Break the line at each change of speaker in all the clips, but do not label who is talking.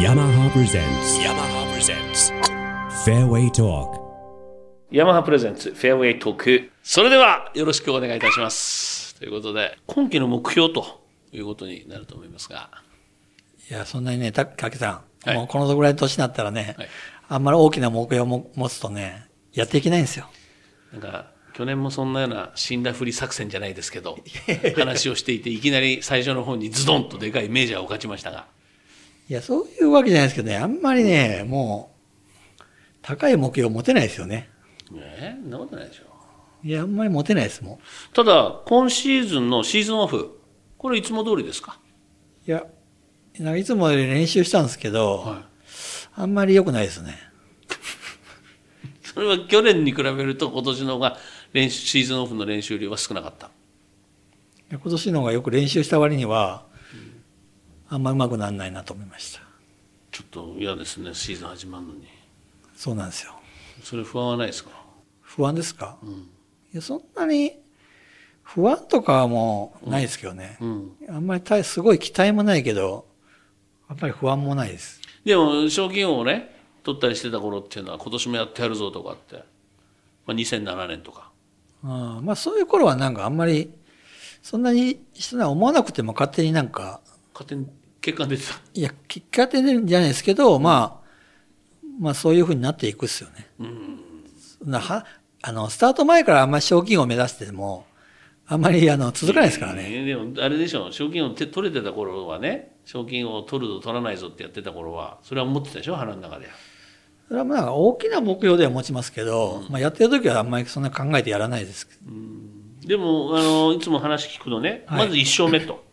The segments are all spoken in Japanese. yamaha presents yamaha presents fairway talk
ヤマハプレゼンツフェアウェイトーク。それではよろしくお願いいたします。ということで、今期の目標ということになると思いますが、
いや、そんなにね、た、かけさん、
はい
もうこのぐらいの年になったらね、
はい
あんまり大きな目標をも持つとね、やっていけないんですよ。
なんか、去年もそんなような死んだふり作戦じゃないですけ ど、話をしていて、いきなり最初の方にズドンとでかいメジャーを勝ちましたが、
いや、そういうわけじゃないですけどね、あんまりね、もう、高い目標持てないですよね。
えー、そんなことないでしょ。
いや、あんまり持てないですもん。
ただ、今シーズンのシーズンオフ、これいつも通りですか
いや、なんかいつもより練習したんですけど、
は
あんまり良くないですね。
それは去年に比べると今年の方が練習、シーズンオフの練習量は少なかった。
今年の方がよく練習した割には、あんまうまくならないなと思いました。
ちょっと嫌ですね、シーズン始まるのに。
そうなんですよ。
それ不安はないですか
不安ですか、
ん
いやそんなに不安とかはもうないですけどね、
うん、
あんまり大すごい期待もないけどやっぱり不安もないです
でも賞金王をね取ったりしてた頃っていうのは今年もやってやるぞとかって、まあ、2007年とか
あまあそういう頃はなんかあんまりそんなに人は思わなくても勝手になんか
勝手に結果出てた
いやきっかけじゃないですけど、まあまあそういうふうになっていくっすよね、そんなはあのスタート前からあんまり賞金を目指しててもあんまりあの続かないですからね、
えーでもあれでしょ賞金王手取れてた頃はね賞金王を取るぞ取らないぞってやってた頃はそれは思ってたでしょ腹の中で
それはまあ大きな目標では持ちますけど、まあ、やってる時はあんまりそんな考えてやらないですけど、
でもあのいつも話聞くとね、
はい
まず1勝目と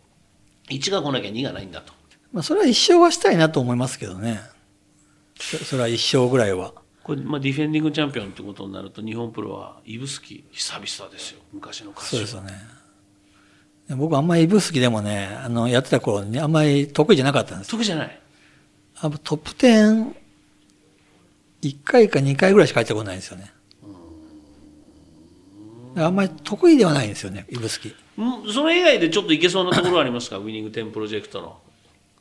1が来なきゃ2がないんだと
まあ、それは一生はしたいなと思いますけどねそそれは一生ぐらいは
これ、まあ、ディフェンディングチャンピオンってことになると日本プロは指宿久々ですよ昔の歌手
そうですよねで僕あんまり指宿でもねあのやってた頃にねあんまり得意じゃなかったんです
得じゃない
あトップ101回か2回ぐらいしか入ったことないんですよねあんまり得意ではないんですよね指宿
うんそれ以外でちょっといけそうなところはありますかウィニング10プロジェクトの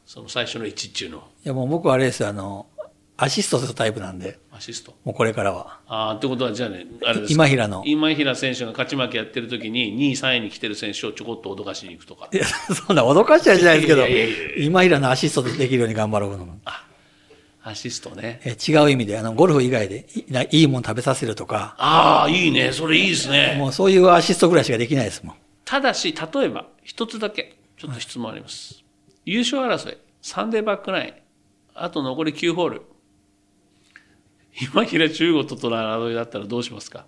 その最初の1っていうの
いやもう僕はあれですよあのアシストするタイプなんで
アシスト
もうこれからは
ああってことはじゃあねあれです
今平の
今平選手が勝ち負けやってる時に2位3位に来てる選手をちょこっと脅かしに行くとか
いや、そんな脅かしはしないですけど
いやいやいやい、
今平のアシストでできるように頑張ろうの。
アシストね
え違う意味で、あの、ゴルフ以外でいないいもん食べさせるとか、
ああいいねそれいいですね
もうそういうアシストぐらいしかできないですもん。
ただし例えば一つだけちょっと質問あります、優勝争いサンデーバックナインあと残り9ホール今平中国ととの争いだったらどうしますか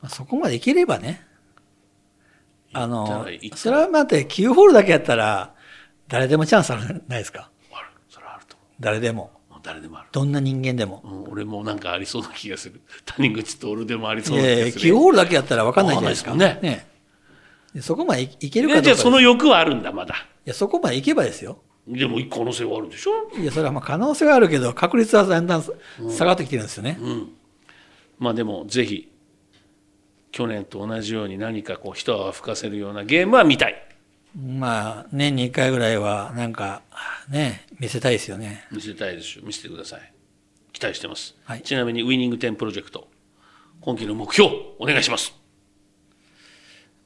まあそこまでいければね。あの
いったらいい、
それは待って、9ホールだけやったら、誰でもチャンスあるんじゃないですか。
あるそれはあると思
誰でも。
うもう誰でもある
どんな人間でも。
うん、俺もなんかありそうな気がする。 谷口と俺でもありそうな気
え
がする。
9ホールだけやったら分かんないじゃないですか。
わかんないですも
ねでそこまでいいけるか
ね
どうか
じゃ
で
あ
す
その欲はあるんだ、まだ。
いや、そこまでいけばですよ。
でも可能性はあるでしょ
いや、それはまあ可能性はあるけど、確率はだんだん下がってきてるんですよね。
まあでも、ぜひ、去年と同じように何かこう、一泡吹かせるようなゲームは見たい。
まあ、年に1回ぐらいは、なんか、ね、見せたいですよね。
見せたいですよ。見せてください。期待してます。
はい
ちなみに、ウィニング10プロジェクト、今期の目標、お願いします。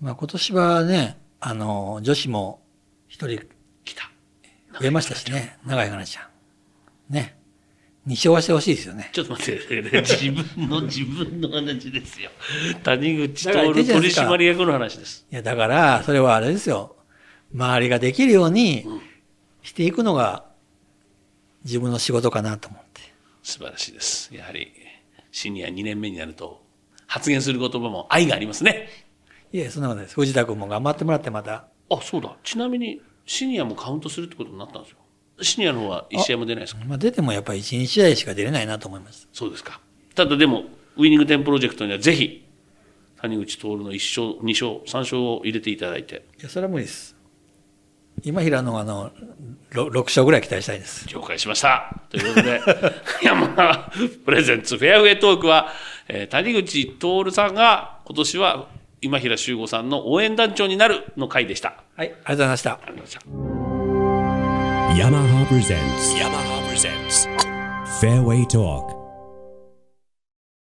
まあ、今年はね、あの、女子も一人
来た。
増えましたしね、長井かなちゃん。ね。2勝はしてほしいですよね。
ちょっと待って、 自分の、自分の話ですよ。谷口
だから
と
言
俺
ってんじゃな
取
いですか
締役の話です。
いや、だから、それはあれですよ。周りができるようにしていくのが、自分の仕事かなと思って。
素晴らしいです。やはり、シニア2年目になると、発言する言葉も愛がありますね。
いや、そんなことないです。藤田君も頑張ってもらって、また。
あ、そうだ。ちなみに、シニアもカウントするってことになったんですよ。シニアの方は1試合も出ないですか
まあ、出てもやっぱり1、2試合しか出れないなと思います。
そうですか。ただでも、ウィニング10プロジェクトにはぜひ、谷口徹の1勝、2勝、3勝を入れていただいて。
いや、それは無理です。今平のあの、ろ6勝ぐらい期待したいです。
了解しました。ということで、 山田プレゼンツフェアウェイトークは、えー谷口徹さんが今年は今平修吾さんの応援団長になるの回でした。
はい、ありがとうございました。
ありがとうございました。
yamaha presents yamaha presents fairway talk